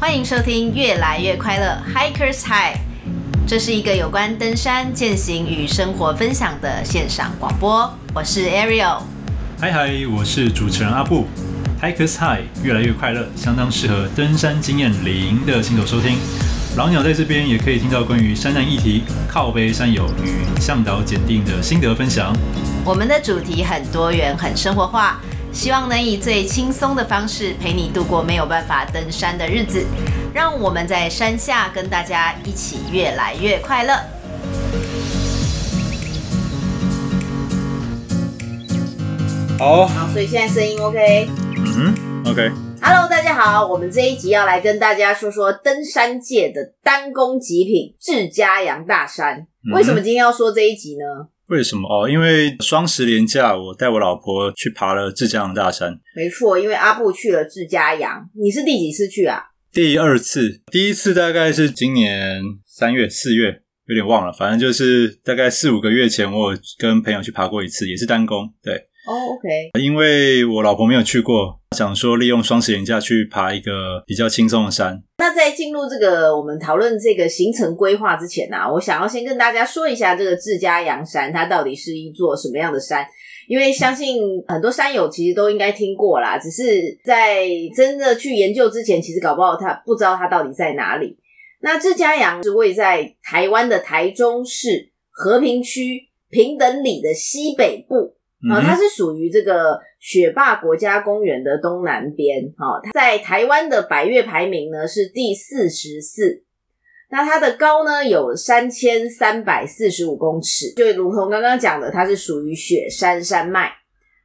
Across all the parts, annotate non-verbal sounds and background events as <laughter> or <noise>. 欢迎收听《越来越快乐 Hikers High》，这是一个有关登山、践行与生活分享的线上广播。我是 Ariel，嗨嗨，我是主持人阿布。Hikers High 越来越快乐，相当适合登山经验零的新手收听。老鸟在这边也可以听到关于山难议题、靠背山友与向导检定的心得分享。我们的主题很多元，很生活化，希望能以最轻松的方式陪你度过没有办法登山的日子。让我们在山下跟大家一起越来越快乐。好，好，啊所以现在声音 OK。嗯，OK， Hello，大家好，我们这一集要来跟大家说说登山界的单攻极品智嘉阳大山。嗯为什么今天要说这一集呢？为什么？哦，因为双十连假，我带我老婆去爬了浙江大山，没错，因为阿布去了智嘉阳，你是第几次去啊？第二次，第一次大概是今年三月、四月，有点忘了，反正就是大概四五个月前，我有跟朋友去爬过一次，也是单攻。对，哦、o k 因为我老婆没有去过，想说利用双十连假去爬一个比较轻松的山。那在进入这个我们讨论这个行程规划之前呢、啊，我想要先跟大家说一下这个自家阳山，它到底是一座什么样的山？因为相信很多山友其实都应该听过啦，只是在真的去研究之前，其实搞不好他不知道它到底在哪里。那自家阳是位在台湾的台中市和平区平等里的西北部，嗯哦，它哼，是属于这个雪霸国家公园的东南边。哦，它在台湾的百越排名呢是第四十四。那它的高呢有三千三百四十五公尺，就如同刚刚讲的，它是属于雪山山脉。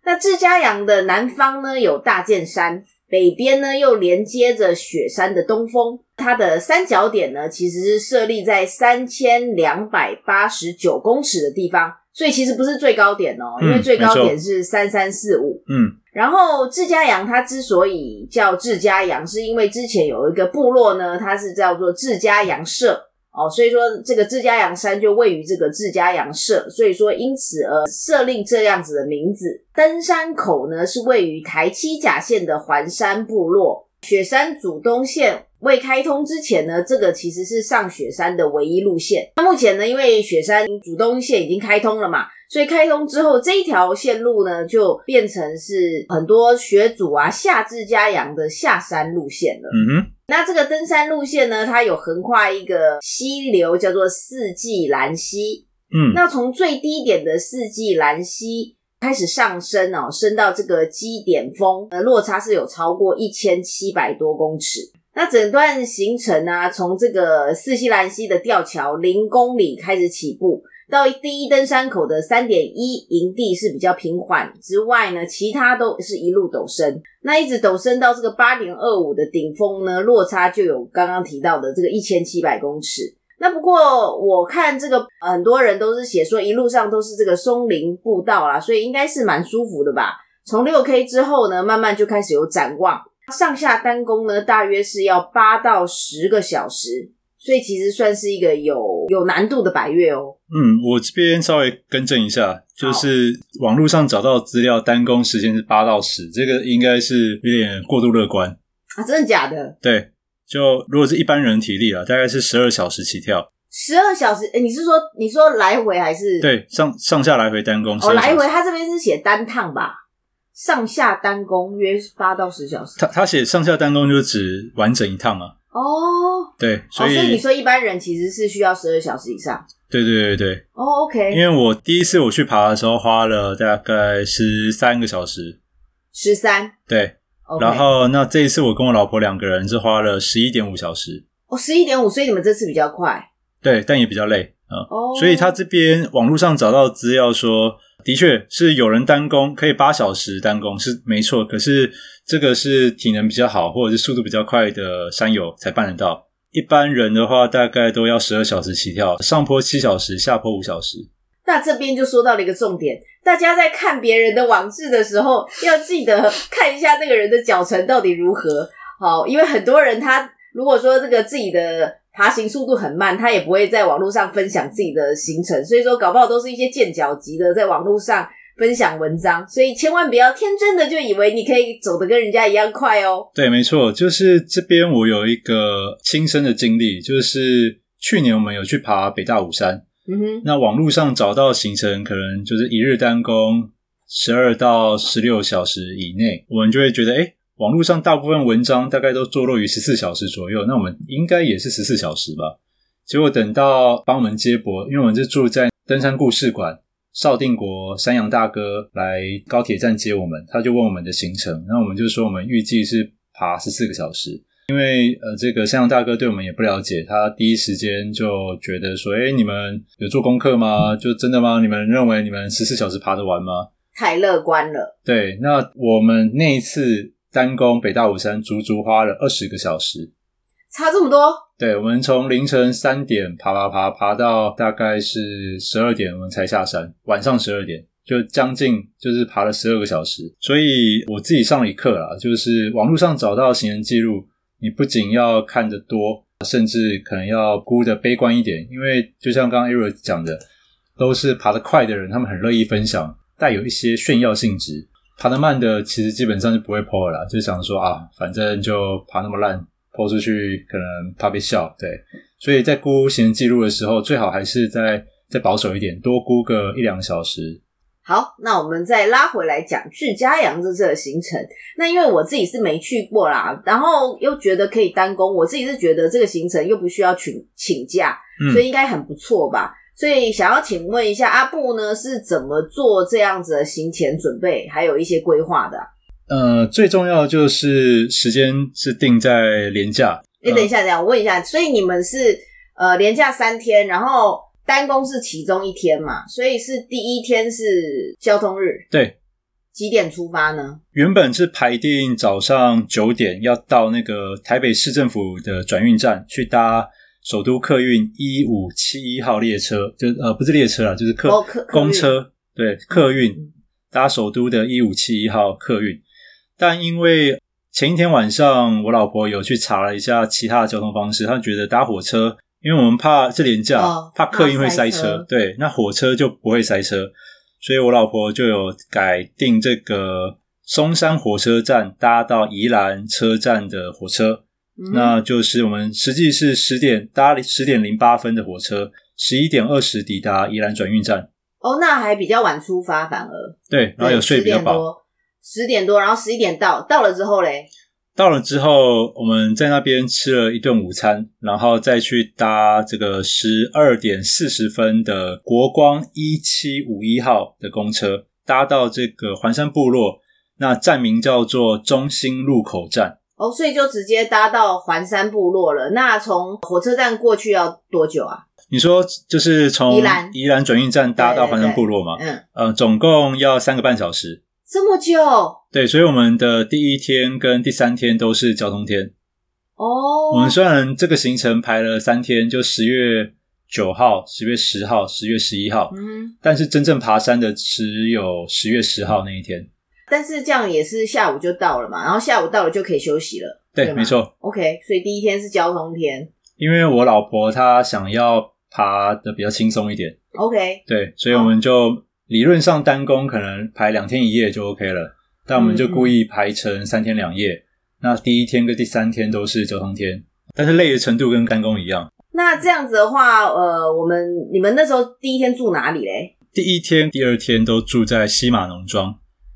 那志嘉阳的南方呢有大剑山，北边呢又连接着雪山的东峰。它的三角点呢其实是设立在三千两百八十九公尺的地方，所以其实不是最高点哦，因为嗯最高没错点是三三四五。嗯然后志家羊它之所以叫志家羊，是因为之前有一个部落呢，它是叫做志家羊社哦，所以说这个志家羊山就位于这个志家羊社，所以说因此而设定这样子的名字。登山口呢是位于台七甲县的环山部落，雪山主东线。未开通之前呢，这个其实是上雪山的唯一路线。那目前呢，因为雪山主东线已经开通了嘛，所以开通之后，这一条线路呢，就变成是很多学组啊下至嘉阳的下山路线了。嗯哼，那这个登山路线呢，它有横跨一个溪流，叫做四季兰溪。嗯那从最低点的四季兰溪开始上升哦，升到这个基点峰，呃，落差是有超过一千七百多公尺。那整段行程呢、从这个四季兰溪的吊桥零公里开始起步，到第一登山口的三点一营地是比较平缓之外呢，其他都是一路陡升。那一直陡升到这个八点二五的顶峰呢，落差就有刚刚提到的这个一千七百公尺。那不过我看这个呃很多人都是写说一路上都是这个松林步道啦，所以应该是蛮舒服的吧。从六 K 之后呢，慢慢就开始有展望，上下单攻呢大约是要八到十个小时，所以其实算是一个有有难度的百越哦。嗯，我这边稍微更正一下，就是网络上找到资料，单攻时间是八到十，这个应该是有点过度乐观。啊，真的假的？对，就如果是一般人体力啊，大概是十二小时起跳。十二小时？诶你是说你说来回还是？，对，上上下来回单攻，哦， 12小时来回他这边是写单趟吧，上下单攻约八到十小时。他他写上下单攻就指完整一趟嘛，哦，对，所哦，以,、所以你说一般人其实是需要十二小时以上。对对对对哦对， ，OK，因为我第一次我去爬的时候花了大概十三个小时，十三。对 OK，然后那这一次我跟我老婆两个人是花了十一点五小时，哦，十一点五，所以你们这次比较快对，但也比较累啊、哦。所以他这边网络上找到资料说，的确是有人单攻可以八小时单攻是没错，可是这个是体能比较好或者是速度比较快的山友才办得到。一般人的话，大概都要十二小时起跳，上坡七小时，下坡五小时。那这边就说到了一个重点，大家在看别人的网志的时候，要记得看一下那个人的脚程到底如何。好，因为很多人他如果说这个自己的爬行速度很慢，他也不会在网络上分享自己的行程，所以说搞不好都是一些健脚级的在网络上分享文章，所以千万不要天真的就以为你可以走得跟人家一样快哦。对，没错，就是这边我有一个亲身的经历，就是去年我们有去爬北大武山，嗯哼，那网络上找到行程可能就是一日单攻十二到十六小时以内，我们就会觉得，哎，网络上大部分文章大概都坐落于十四小时左右，那我们应该也是十四小时吧？结果等到帮我们接驳，因为我们是住在登山故事馆。邵定国山羊大哥来高铁站接我们，他就问我们的行程，那我们就说我们预计是爬十四个小时，呃，这个山羊大哥对我们也不了解，他第一时间就觉得说：“哎，你们有做功课吗？就真的吗？你们认为你们十四小时爬得完吗太乐观了，？”对，那我们那一次单攻北大武山，足足花了二十个小时。差这么多，对，我们从凌晨三点爬爬爬爬到大概是十二点，我们才下山，晚上十二点。就将近就是爬了十二个小时，所以我自己上了一课啦，就是网络上找到行人记录，你不仅要看得多，甚至可能要估的悲观一点，因为就像刚刚 Ariel 讲的，都是爬得快的人，他们很乐意分享，带有一些炫耀性质。爬得慢的其实基本上就不会 po 了啦，就想说啊，反正就爬那么烂，po 出去可能怕被笑，对。所以在估行人记录的时候，最好还是再再保守一点，多估个一两个小时。好，那我们再拉回来讲去嘉阳这次的行程。那因为我自己是没去过啦，然后又觉得可以单攻，我自己是觉得这个行程又不需要请请假，嗯所以应该很不错吧。所以想要请问一下阿布呢，是怎么做这样子的行前准备，还有一些规划的啊、呃，最重要的就是时间是定在廉价，哎、等一下，等一下，我问一下，所以你们是呃连假三天，然后单工是其中一天嘛？所以是第一天是交通日，对，几点出发呢？原本是排定早上九点要到那个台北市政府的转运站去搭首都客运一五七一号列车，就呃不是列车啦，就是客、哦客客运公车，对客嗯运搭首都的一五七一号客运。但因为前一天晚上我老婆有去查了一下其他的交通方式，她觉得搭火车，因为我们怕这廉价，哦怕客运会怕塞塞车对，那火车就不会塞车。所以我老婆就有改定这个松山火车站搭到宜兰车站的火车，嗯那就是我们实际是十点搭十点零八分的火车，十一点二十抵达宜兰转运站。哦，那还比较晚出发，反而对，然后有睡比较10点饱。多，十点多，然后十一点到，到了之后嘞，到了之后，我们在那边吃了一顿午餐，然后再去搭这个十二点四十分的国光一七五一号的公车，搭到这个环山部落，那站名叫做中心路口站。哦，所以就直接搭到环山部落了。那从火车站过去要多久啊？你说就是从宜兰宜兰转运站搭到环山部落嘛？嗯，呃，总共要三个半小时。这么久哦对，所以我们的第一天跟第三天都是交通天。哦，我们虽然这个行程排了三天，就十月九号、十月十号、十月十一号，嗯，但是真正爬山的只有十月十号那一天。但是这样也是下午就到了嘛，然后下午到了就可以休息了。对，对吗没错， OK，所以第一天是交通篇。因为我老婆她想要爬的比较轻松一点， OK，对，所以我们就理论上单攻可能排两天一夜就 OK 了，但我们嗯就故意排成三天两夜。那第一天跟第三天都是交通天，但是累的程度跟单攻一样。那这样子的话，呃，我们你们那时候第一天住哪里嘞？第一天、第二天都住在西马农庄，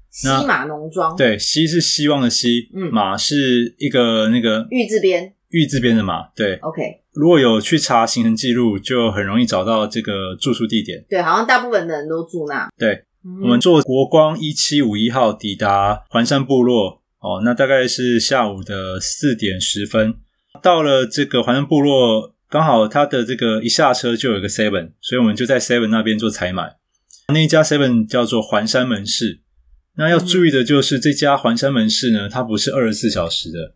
西那马农庄，，对，西是希望的西，哦嗯马是一个那个玉字边。玉字边的马，对。 OK，如果有去查行程记录，就很容易找到这个住宿地点。对，好像大部分的人都住那。对，嗯我们坐国光一七五一号抵达环山部落，哦，那大概是下午的四点十分。到了这个环山部落，刚好它的这个一下车就有一个 Seven，所以我们就在 Seven 那边做采买。那一家 Seven 叫做环山门市。那要注意的就是，这家环山门市呢，它不是二十四小时的，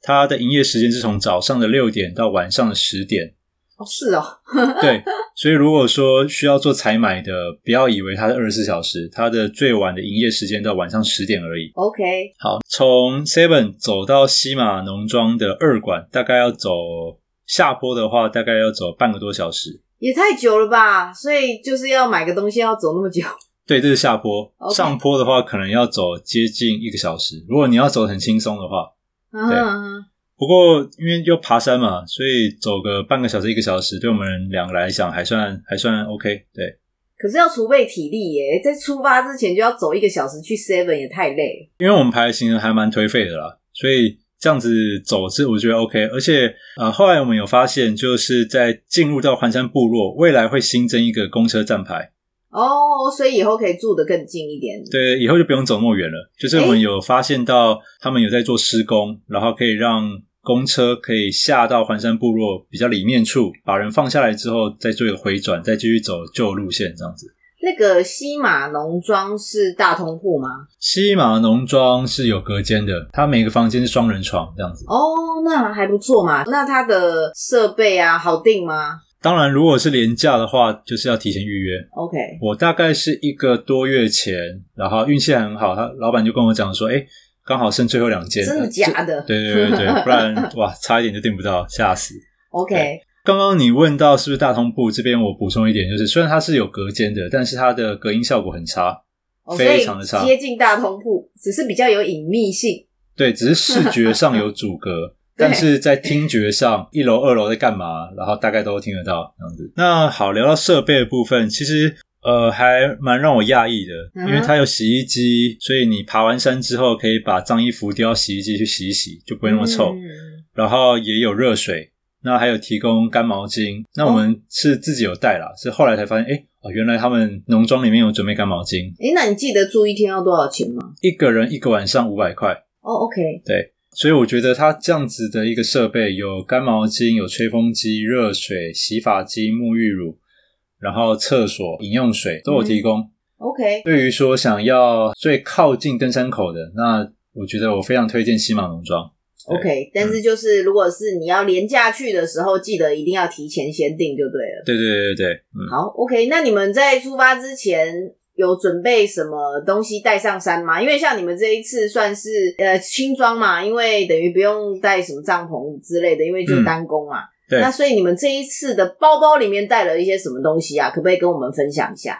它的营业时间是从早上的六点到晚上的十点。哦是哦， <laughs> 对，所以如果说需要做采买的，不要以为它是二十四小时，它的最晚的营业时间到晚上十点而已。 OK，好，从 Seven 走到西马农庄的二馆，大概要走下坡的话，大概要走半个多小时。也太久了吧？所以就是要买个东西要走那么久。 <laughs> 对，这是下坡。 OK 上坡的话，可能要走接近一个小时。如果你要走得很轻松的话，嗯嗯不过因为要爬山嘛，所以走个半个小时、一个小时，对我们两个来讲还算还算 OK。对，可是要储备体力耶，在出发之前就要走一个小时去 Seven 也太累因为我们排的行程还蛮颓废的啦，所以这样子走是我觉得 OK。而且啊、呃后来我们有发现，就是在进入到环山部落，未来会新增一个公车站牌，了哦，所以以后可以住得更近一点。对，以后就不用走那么远了。就是我们有发现到他们有在做施工，然后可以让公车可以下到环山部落比较里面处，把人放下来之后，再做一个回转，再继续走旧路线这样子。那个西马农庄是大通铺吗？西马农庄是有隔间的，它每个房间是双人床这样子。哦，那还不错嘛。那它的设备啊，好定吗当然，如果是廉价的话，就是要提前预约。 ？OK，我大概是一个多月前，然后运气很好，他老板就跟我讲说，哎，刚好剩最后两间，啊真的假的？对对对对，不然哇，差一点就订不到，吓死！ <laughs> <laughs> OK，刚刚你问到是不是大通铺这边，我补充一点，就是虽然它是有隔间的，但是它的隔音效果很差，哦所以非常的差。接近大通铺，只是比较有隐秘性。对，只是视觉上有阻隔， <laughs> 对但是在听觉上，一楼、二楼在干嘛，然后大概都听得到这样子。那好，聊到设备的部分，其实。呃，还蛮让我讶异的，嗯因为它有洗衣机，所以你爬完山之后可以把脏衣服丢到洗衣机去洗一洗，就不会那么臭。嗯然后也有热水，那还有提供干毛巾。那我哦们是自己有带啦，是后来才发现，哎、哦，原来他们农庄里面有准备干毛巾，诶，那你记得住一天要多少钱吗？一个人一个晚上五百块。哦，OK，所以我觉得它这样子的一个设备，有干毛巾、有吹风机、热水、洗发机、沐浴乳，然后厕所、饮用水都有提供。 OK，对于说想要最靠近登山口的，那我觉得我非常推荐西马农庄。对 OK，但嗯是就是如果是你要廉价去的时候，记得一定要提前先订就对了。对对对对对，嗯。好，OK，那你们在出发之前有准备什么东西带上山吗？因为像你们这一次算是呃轻装嘛，因为等于不用带什么帐篷之类的，因为就嗯单攻嘛。对那所以你们这一次的包包里面带了一些什么东西啊？可不可以跟我们分享一下？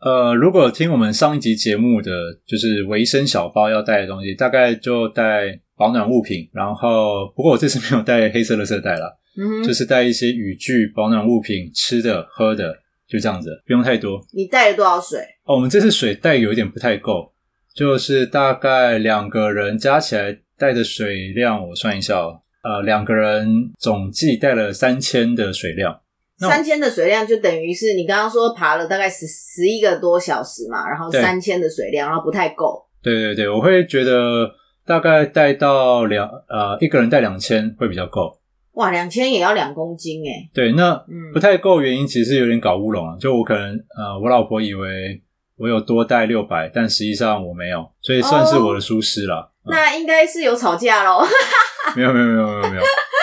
呃，如果听我们上一集节目的，就是维生小包要带的东西，大概就带保暖物品，然后不过我这次没有带黑色垃圾袋了，嗯就哼，是带一些雨具、保暖物品、吃的、喝的，就这样子，不用太多。你带了多少水？哦，我们这次水带有一点不太够，就是大概两个人加起来带的水量，我算一下哦，呃，两个人总计带了三千的水量。那我三千的水量就等于是你刚刚说爬了大概十十一个多小时嘛，然后对三千的水量，然后不太够。对对对，我会觉得大概带到两呃一个人带两千会比较够。哇，两千也要两公斤哎、对，那嗯不太够原因其实有点搞乌龙啊，就我可能呃我老婆以为我有多带六百，但实际上我没有，所以算是我的疏失啦。那应该是有吵架喽。 <laughs> 没有没有没有没有没有，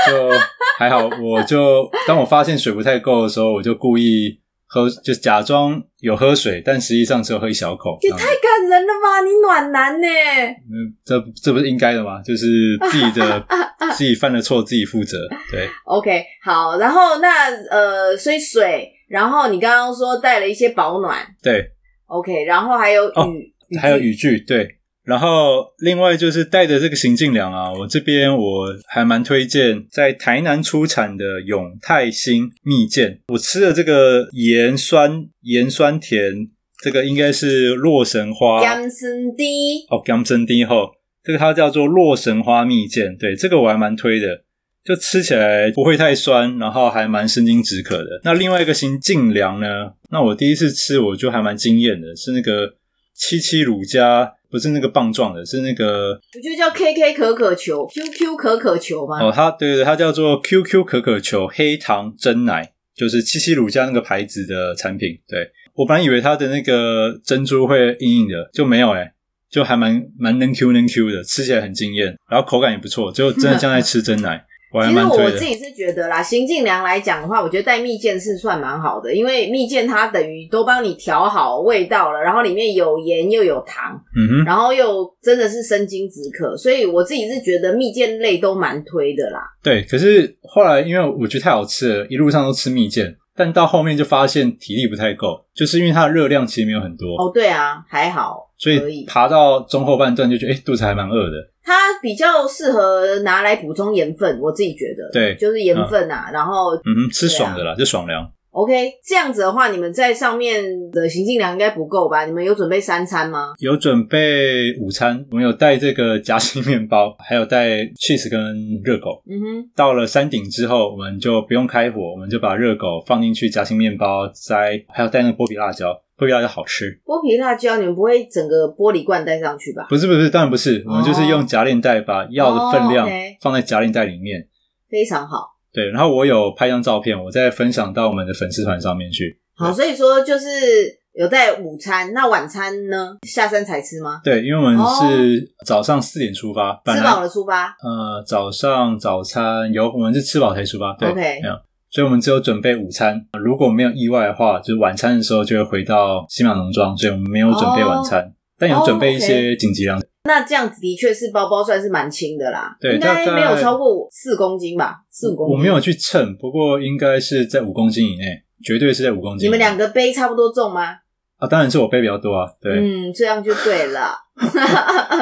就还好。我就当我发现水不太够的时候，我就故意喝，就假装有喝水，但实际上只有喝一小口。也这样子太感人了吧！你暖男呢、嗯，这这不是应该的吗？就是自己 <laughs> 的自己犯了错，自己负责。对， OK，好，然后那呃，所以水，然后你刚刚说带了一些保暖对， ，OK，然后还有雨，哦雨具还有语句，对。然后另外就是带着这个行进粮啊，我这边我还蛮推荐在台南出产的永泰兴蜜饯。我吃的这个盐酸盐酸甜，这个应该是洛神花 g a m s n D，哦 g a m 真丁后，这个它叫做洛神花蜜饯。对，这个我还蛮推的。就吃起来不会太酸，然后还蛮生津止渴的。那另外一个行进粮呢？那我第一次吃我就还蛮惊艳的，是那个七七乳加，不是那个棒状的，是那个不就叫 KK 可可球、QQ 可可球吗？哦，它对对对，它叫做 QQ 可可球黑糖真奶，就是七七乳加那个牌子的产品。对我本来以为它的那个珍珠会硬硬的，就没有哎、就还蛮蛮嫩 Q 嫩 Q 的，吃起来很惊艳，然后口感也不错，就真的像在吃真 <laughs> 奶，我还其实蛮推我的自。己是觉得啦，行进粮来讲的话，我觉得带蜜饯是算蛮好的，因为蜜饯它等于都帮你调好味道了，然后里面有盐又有糖，嗯哼，然后又真的是生津止渴，所以我自己是觉得蜜饯类都蛮推的啦。对。可是后来因为我觉得太好吃了，一路上都吃蜜饯，但到后面就发现体力不太够，就是因为它的热量其实没有很多，哦，对啊，还好，所可以以爬到中后半段就觉得哎、诶肚子还蛮饿的。它比较适合拿来补充盐分，我自己觉得，对就是盐分啊，然后嗯哼，啊吃爽的啦，就爽凉。 OK，这样子的话，你们在上面的行进量应该不够吧？你们有准备三餐吗？有准备午餐，我们有带这个夹心面包，还有带 cheese 跟热狗。嗯哼，到了山顶之后，我们就不用开火，我们就把热狗放进去，夹心面包塞，还有带那个剥皮辣椒，剥皮辣椒好吃。剥皮辣椒，你们不会整个玻璃罐带上去吧？不是不是，当然不是，我们就是哦用夹链袋把药的分哦量，OK 放在夹链袋里面。非常好，对，然后我有拍张照片，我再分享到我们的粉丝团上面去。好，所以说就是有带午餐，那晚餐呢？下山才吃吗？对，因为我们是早上四点出发，本哦吃来饱了出发。呃早上早餐有，我们是吃饱才出发。对 OK 没有所以我们只有准备午餐。如果没有意外的话，就是晚餐的时候就会回到新马农庄，所以我们没有准备晚餐，哦但有准备一些紧急粮食。那这样子的确是包包算是蛮轻的啦，对应大该概没有超过四公斤吧，四五公斤。我没有，去称，不过应该是在五公斤以内，绝对是在五公你斤以内。们两个背差不多重吗？啊，当然是我背比较多啊。对，嗯，这样就对了。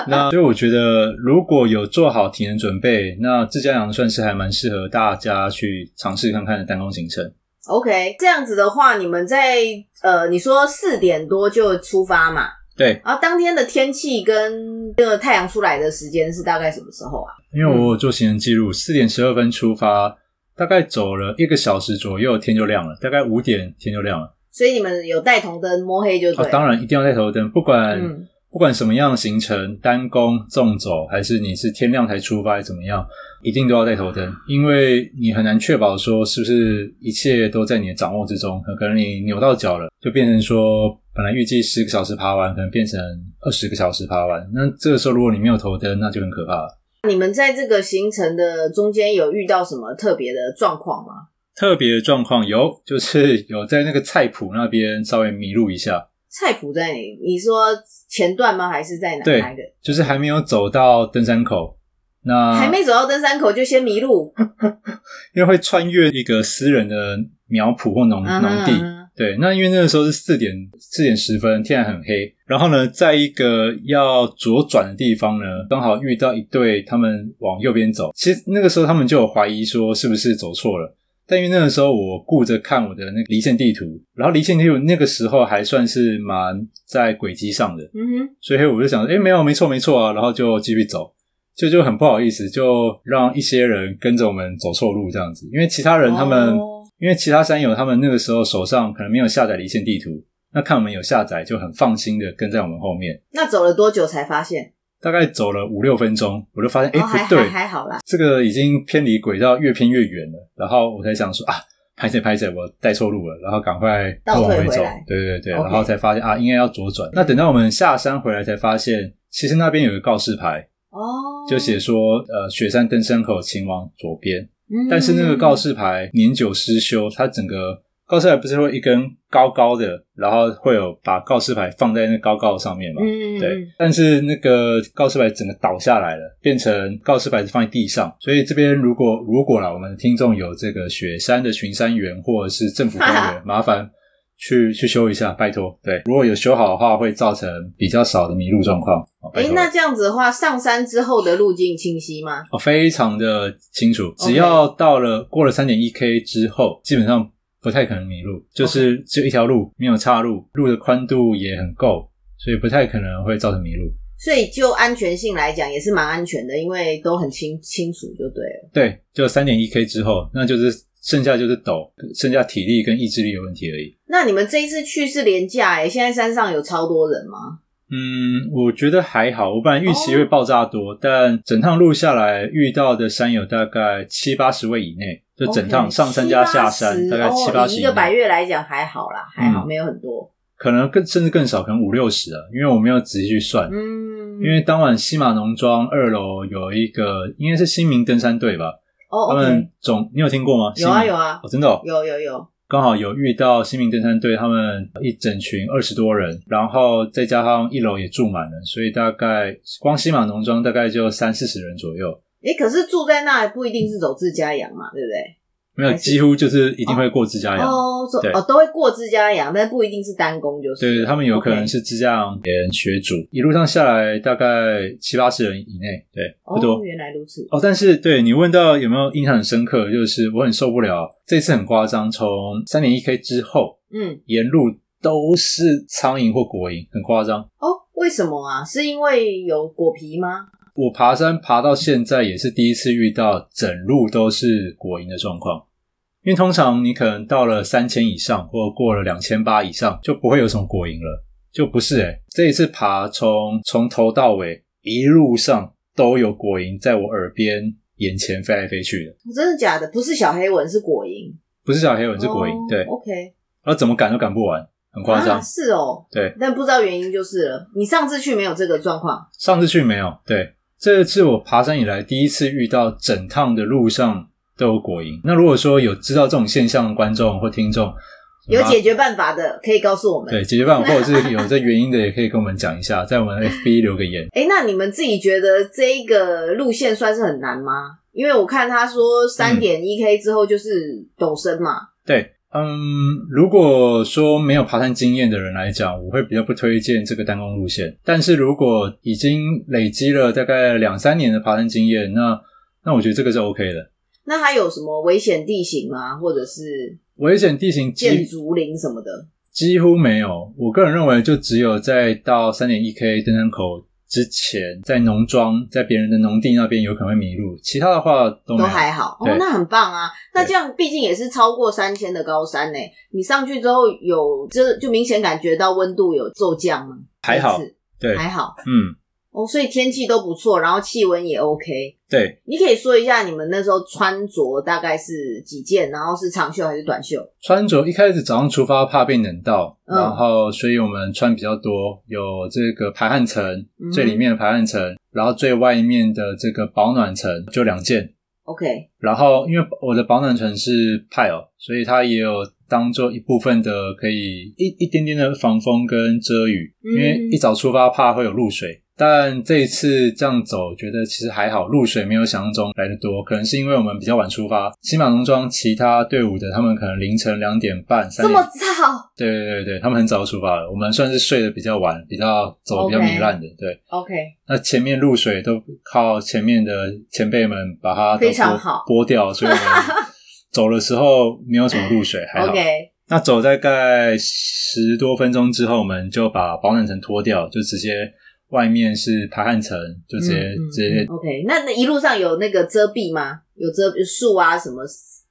那所以我觉得，如果有做好体能准备，那自家羊算是还蛮适合大家去尝试看看的单工行程。 OK，这样子的话，你们在呃，你说四点多就出发嘛？对，然后当天的天气跟那个太阳出来的时间是大概什么时候啊？因为我有做行程记录，四点十二分出发，大概走了一个小时左右，天就亮了，大概五点天就亮了。所以你们有带头灯摸黑就对哦了、，当然一定要带头灯，不管、嗯不管什么样的行程，单工、纵走，还是你是天亮才出发，还是怎么样，一定都要带头灯，因为你很难确保说是不是一切都在你的掌握之中。可能你扭到脚了，就变成说本来预计十个小时爬完，可能变成二十个小时爬完。那这个时候如果你没有头灯，那就很可怕了。你们在这个行程的中间有遇到什么特别的状况吗？特别的状况有， <laughs> 就是有在那个菜谱那边稍微迷路一下，菜谱在你你说前段吗？还是在哪对哪一个？就是还没有走到登山口。那还没走到登山口就先迷路，嗯因为会穿越一个私人的苗圃或农嗯农地，哼对，那因为那个时候是四点四点十分，天还很黑。然后呢，在一个要左转的地方呢，刚好遇到一对他们往右边走。其实那个时候他们就有怀疑说是不是走错了，但因为那个时候我顾着看我的那个离线地图，然后离线地图那个时候还算是蛮在轨迹上的，嗯哼，所以我就想，哎，没有，没错，没错啊，然后就继续走，就就很不好意思，就让一些人跟着我们走错路这样子，因为其他人他们、哦因为其他山友他们那个时候手上可能没有下载离线地图，那看我们有下载就很放心的跟在我们后面，那走了多久才发现？大概走了五六分钟，我就发现，哎、哦，还不对还，还好啦。这个已经偏离轨道，越偏越远了，然后我才想说啊。拍谁拍谁，我带错路了，然后赶快倒退往回回走来，对对对 OK 然后才发现啊，应该要左转。那等到我们下山回来，才发现其实那边有个告示牌，哦，就写说呃雪山登山口，请往左边。嗯，但是那个告示牌年久失修，它整个告示牌不是会一根高高的，然后会有把告示牌放在那高高的上面嘛？嗯，嗯，对嗯，但是那个告示牌整个倒下来了，变成告示牌是放在地上。所以这边如果如果啦，我们的听众有这个雪山的巡山员或者是政府 <laughs> 公园，麻烦去去修一下，拜托。对，如果有修好的话，会造成比较少的迷路状况。好哦拜哎、托那这样子的话，上山之后的路径清晰吗？哦，非常的清楚， OK 只要到了过了三点一 k 之后，基本上不太可能迷路，就是只有一条路，没有岔路，路的宽度也很够，所以不太可能会造成迷路。所以就安全性来讲，也是蛮安全的，因为都很清清楚就对了。对，就三点一 k 之后，那就是剩下就是抖，剩下体力跟意志力的问题而已。那你们这一次去是廉价哎、现在山上有超多人吗？嗯，我觉得还好，我本来预期会爆炸哦多，但整趟路下来遇到的山友大概七八十位以内，就整趟 OK，上山加下七山八十大概七八哦、十以以一内。个百月来讲还好啦，还好、嗯没有很多。可能更甚至更少，可能五六十啊，因为我没有仔细去算。嗯，因为当晚西马农庄二楼有一个，应该是新民登山队吧，哦他，OK，们总你有听过吗？有啊新民有啊哦，真的、哦、有有有，刚好有遇到新民登山队，他们一整群二十多人，然后再加上一楼也住满了，所以大概光西马农庄大概就三四十人左右。哎、可是住在那不一定是走自家养嘛，对不对？没没有，还是几乎就是一定会过自家羊。哦，说对哦都会过自家养，但不一定是单工，就是对，他们有可能 OK 是自家羊别人学煮，一路上下来大概七八十人以内，对，不多。哦，原来如此。哦，但是对你问到有没有印象很深刻，就是我很受不了，这次很夸张，从三点一 K 之后，嗯，沿路都是苍蝇或果蝇，很夸张。哦，为什么啊？是因为有果皮吗？我爬山爬到现在也是第一次遇到整路都是果蝇的状况，因为通常你可能到了三千以上或过了两千八以上就不会有什么果蝇了，就不是诶、欸这一次爬从从头到尾一路上都有果蝇在我耳边眼前飞来飞去的，哦真的假的？不是小黑蚊，是果蝇。不是小黑蚊是果蝇，哦对， ，OK，然后啊怎么赶都赶不完，很夸张。啊是哦，对，但不知道原因就是了。你上次去没有这个状况？上次去没有，对，这次我爬山以来第一次遇到整趟的路上都有果蝇。那如果说有知道这种现象的观众或听众，有解解决办法的可以告诉我们。对解决办法，或者是有这原因的，也可以跟我们讲一下，在我们 FB 留个言。哎，那你们自己觉得这一个路线算是很难吗？因为我看他说三嗯点一 K 之后就是陡升嘛，对，嗯，如果说没有爬山经验的人来讲，我会比较不推荐这个单攻路线。但是如果已经累积了大概两三年的爬山经验，那那我觉得这个是 OK 的。那还有什么危险地形吗？或者是危险地形基建竹林什么的？几乎没有。我个人认为，就只有在到三点一 K 登山口之前，在农庄，在别人的农地那边有可能会迷路，其他的话都都没有。还好哦对，那很棒啊！那对这样毕竟也是超过三千的高山呢、你上去之后有就就明显感觉到温度有骤降吗？还好这次对，还好嗯，哦，所以天气都不错，然后气温也 OK。对，你可以说一下你们那时候穿着大概是几件，然后是长袖还是短袖？穿着一开始早上出发怕被冷到，嗯然后所以我们穿比较多，有这个排汗层、嗯最里面的排汗层，然后最外面的这个保暖层就两件。 OK，然后，因为我的保暖层是派哦，所以它也有当做一部分的可以一一点点的防风跟遮雨，嗯因为一早出发怕会有露水。但这一次这样走，觉得其实还好，露水没有想象中来的多。可能是因为我们比较晚出发，新马农庄其他队伍的他们可能凌晨两点半、三这点么，早对对对对，他们很早就出发了。我们算是睡得比较晚，比较走得比较 OK 糜烂的。对， ？OK，那前面露水都靠前面的前辈们把它都非常拨好拨掉，所以我们走的时候没有什么露水，还 <laughs> 好。OK，那走大概十多分钟之后，我们就把保暖层脱掉，就直接外面是排汗层，就直接、嗯嗯直接 OK，那那一路上有那个遮蔽吗？有遮有树啊什么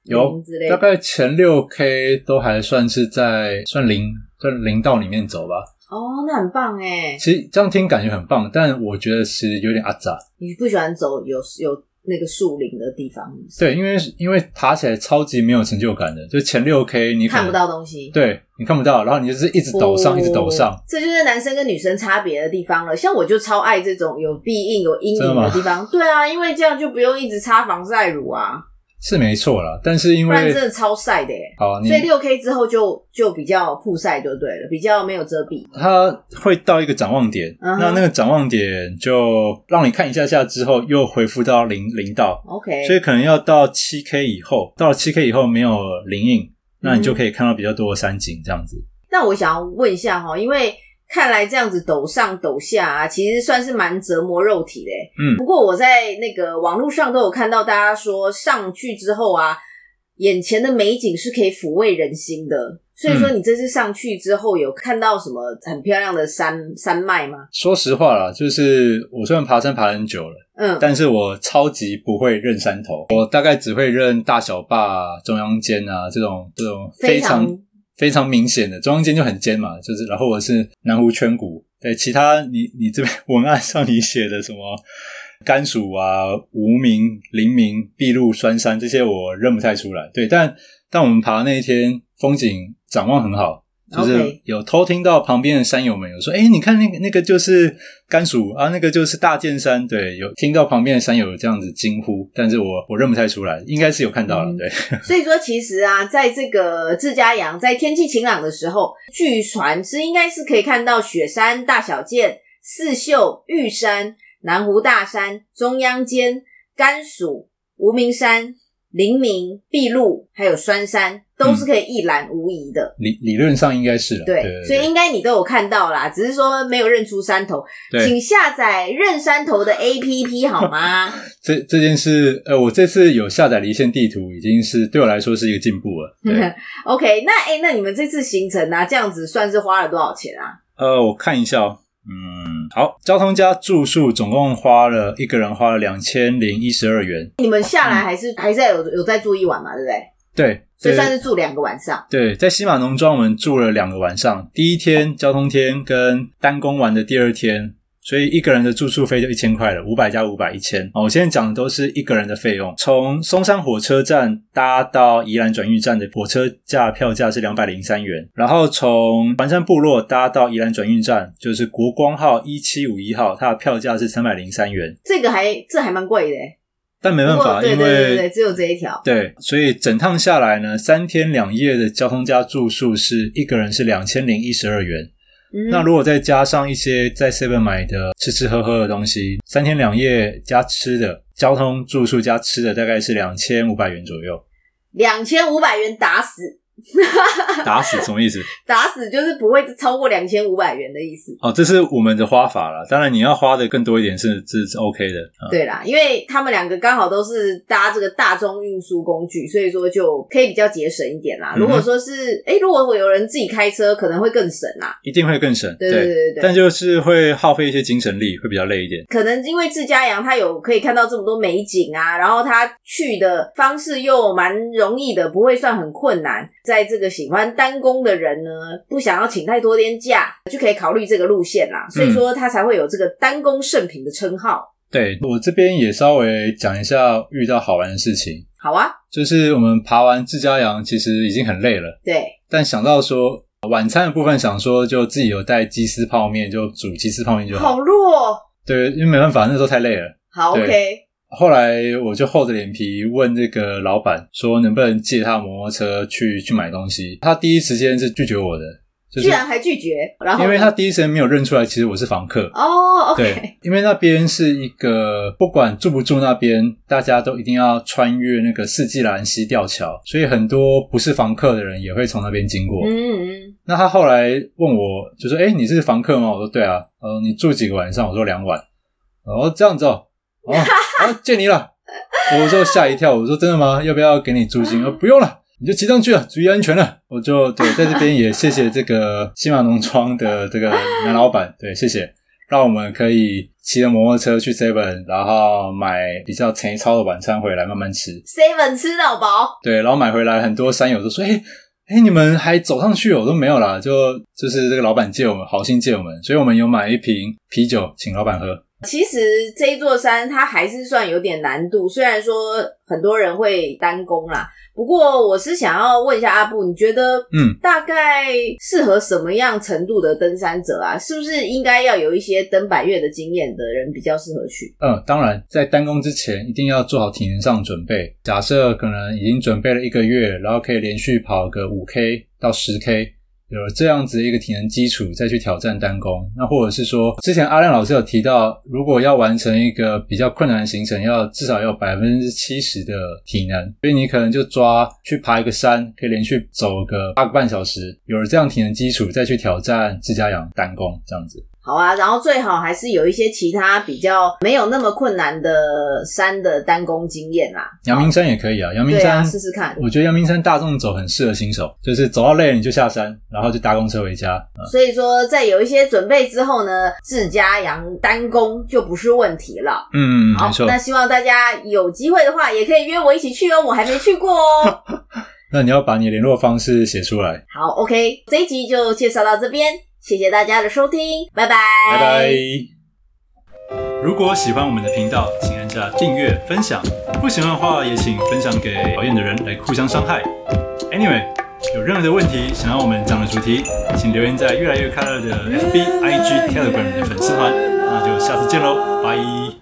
有林之类大的？概前六 K 都还算是在算零算零道里面走吧。哦，那很棒哎！其实这样听感觉很棒，但我觉得其实有点阿杂。你不喜欢走有有那个树林的地方，是不是对，因为因为爬起来超级没有成就感的，就前六 K 你可能看不到东西，哦对你看不到，然后你就是一直抖上，一直抖上。这就是男生跟女生差别的地方了。像我就超爱这种有必应、有阴影真的吗的地方，对啊，因为这样就不用一直擦防晒乳啊，是没错啦，但是因不然为真的超晒的耶。好你所以六 K 之后就就比较曝晒就对了，比较没有遮蔽。它会到一个展望点，嗯哼那那个展望点就让你看一下下之后又恢复到零零道， OK，所以可能要到七 K 以后，到了七 K 以后没有灵印，那你就嗯可以看到比较多的山景这样子。那我想要问一下哈，因为看来这样子抖上抖下啊，其实算是蛮折磨肉体的欸。嗯不过我在那个网络上都有看到大家说，上去之后啊，眼前的美景是可以抚慰人心的。所以嗯说，你这次上去之后有看到什么很漂亮的山山脉吗？说实话啦，就是我虽然爬山爬很久了，嗯，但是我超级不会认山头，我大概只会认大小坝、中央尖啊这种这种非常常非常明显的，中央间就很尖嘛，就是然后我是南湖圈谷，对，其他你你这边文案上你写的什么甘薯啊、无名、林明、碧露、酸山这些我认不太出来，对，但但我们爬那一天风景展望很好。就是 OK 有偷听到旁边的山友们有说，哎、你看那个那个就是甘薯啊，那个就是大剑山，对，有听到旁边的山友有这样子惊呼，但是我我认不太出来，应该是有看到了，嗯对，所以说，其实啊，在这个自家阳在天气晴朗的时候，据传是应该是可以看到雪山、大小剑、四秀、玉山、南湖大山、中央间、甘薯、无名山、林明、碧路还有酸山都是可以一览无遗的。理理论上应该是了。对，对所以应该你都有看到啦，只是说没有认出山头，对请下载认山头的 APP 好吗？这这件事，呃，我这次有下载离线地图，已经是对我来说是一个进步了。 <laughs> <laughs> 对， OK，那哎、诶那你们这次行程啊，这样子算是花了多少钱啊？呃，我看一下、哦，嗯，好，交通加住宿总共花了一个人花了两千零一十二元，你们下来还是、还在有有再住一晚嘛，对不对？对，所以嗯对算是住两个晚上。对，在西马农庄我们住了两个晚上，第一天交通天跟单工玩的第二天，所以一个人的住宿费就一千块了，五百加五百一千。哦，我现在讲的都是一个人的费用，从松山火车站搭到宜兰转运站的火车价票价是两百零三元，然后从环山部落搭到宜兰转运站，就是国光号一七五一号，它的票价是三百零三元，这个还这还蛮贵的、欸，但没不办过法，对因对对为对，只有这一条。对，所以整趟下来呢，三天两夜的交通加住宿是一个人是两千零一十二元。嗯那如果再加上一些在 Seven 买的吃吃喝喝的东西，三天两夜加吃的，交通住宿加吃的，大概是两千五百元左 <laughs> 右。两千五百元打死，打死什么意思？打死就是不会超过两千五百元的意思。哦，这是我们的花法了。当然，你要花的更多一点是是是 OK 的。啊对啦，因为他们两个刚好都是搭这个大众运输工具，所以说就可以比较节省一点啦。嗯哼如果说是，哎、如果我有人自己开车，可能会更省啦。一定会更省。对对对对对但就是会耗费一些精神力，会比较累一点。可能因为自家阳他有可以看到这么多美景啊，然后他去的方式又蛮容易的，不会算很困难。在这个喜欢单工的人呢，不想要请太多天假，就可以考虑这个路线嗯啦。所以说他才会有这个单工圣品的称号。对我这边也稍微讲一下遇到好玩的事情。好啊，就是我们爬完自家羊，其实已经很累了，对，但想到说晚餐的部分，想说就自己有带鸡丝泡面，就煮鸡丝泡面就好。好弱，对，因为没办法，那时候太累了。好对 OK，后来我就厚着脸皮问这个老板说，能不能借他摩托车去去买东西？他第一时间是拒绝我的，就是居然还拒绝，然后因为呢他第一时间没有认出来，其实我是房客。哦，OK，对，因为那边是一个不管住不住那边，大家都一定要穿越那个四季兰溪吊桥，所以很多不是房客的人也会从那边经过。嗯嗯，那他后来问我，就说：“哎、你是房客吗？”我说：“对啊。”呃，你住几个晚上？我说两晚。哦，这样子哦，哦，啊，借你了。我就吓一跳，我说：“真的吗？要不要给你租金？”哦，不用了。你就骑上去了，注意安全了。我就对，在这边也谢谢这个西马农庄的这个男老板， <laughs> 对，谢谢，让我们可以骑着摩托车去 Seven，然后买比较便宜超的晚餐回来慢慢吃。 seven 吃到饱，对，然后买回来很多山友都说：“哎、哎、你们还走上去哦？”我说：“没有啦，就就是这个老板借我们，好心借我们，所以我们有买一瓶啤酒请老板喝。其实这一座山它还是算有点难度，虽然说很多人会单攻啦。不过我是想要问一下阿布，你觉得嗯大概适合什么样程度的登山者啊？是不是应该要有一些登百越的经验的人比较适合去？”嗯，当然，在单工之前一定要做好体能上的准备。假设可能已经准备了一个月，然后可以连续跑个五 K 到十 K，有了这样子的一个体能基础，再去挑战单工。那或者是说，之前阿亮老师有提到，如果要完成一个比较困难的行程，要至少要百分之七十的体能，所以你可能就抓去爬一个山，可以连续走个八个半小时。有了这样体能基础，再去挑战自家养单工这样子。好啊，然后最好还是有一些其他比较没有那么困难的山的单攻经验啦。阳明山也可以啊，阳明对山、啊，试试看。我觉得阳明山大众走很适合新手，就是走到累了你就下山，然后就搭公车回家。嗯所以说，在有一些准备之后呢，自家羊单攻就不是问题了。嗯，好没，错那。希望大家有机会的话，也可以约我一起去哦，我还没去过 <laughs> 哦。那你要把你联络方式写出来。好，OK，这一集就介绍到这边，谢谢大家的收听，拜拜，拜拜。如果喜欢我们的频道，请按下订阅、分享。不喜欢的话，也请分享给讨厌的人来互相伤害。Anyway，有任何的问题想要我们讲的主题，请留言在越来越快乐的 FB、IG、Telegram 的粉丝团。那就下次见喽，拜。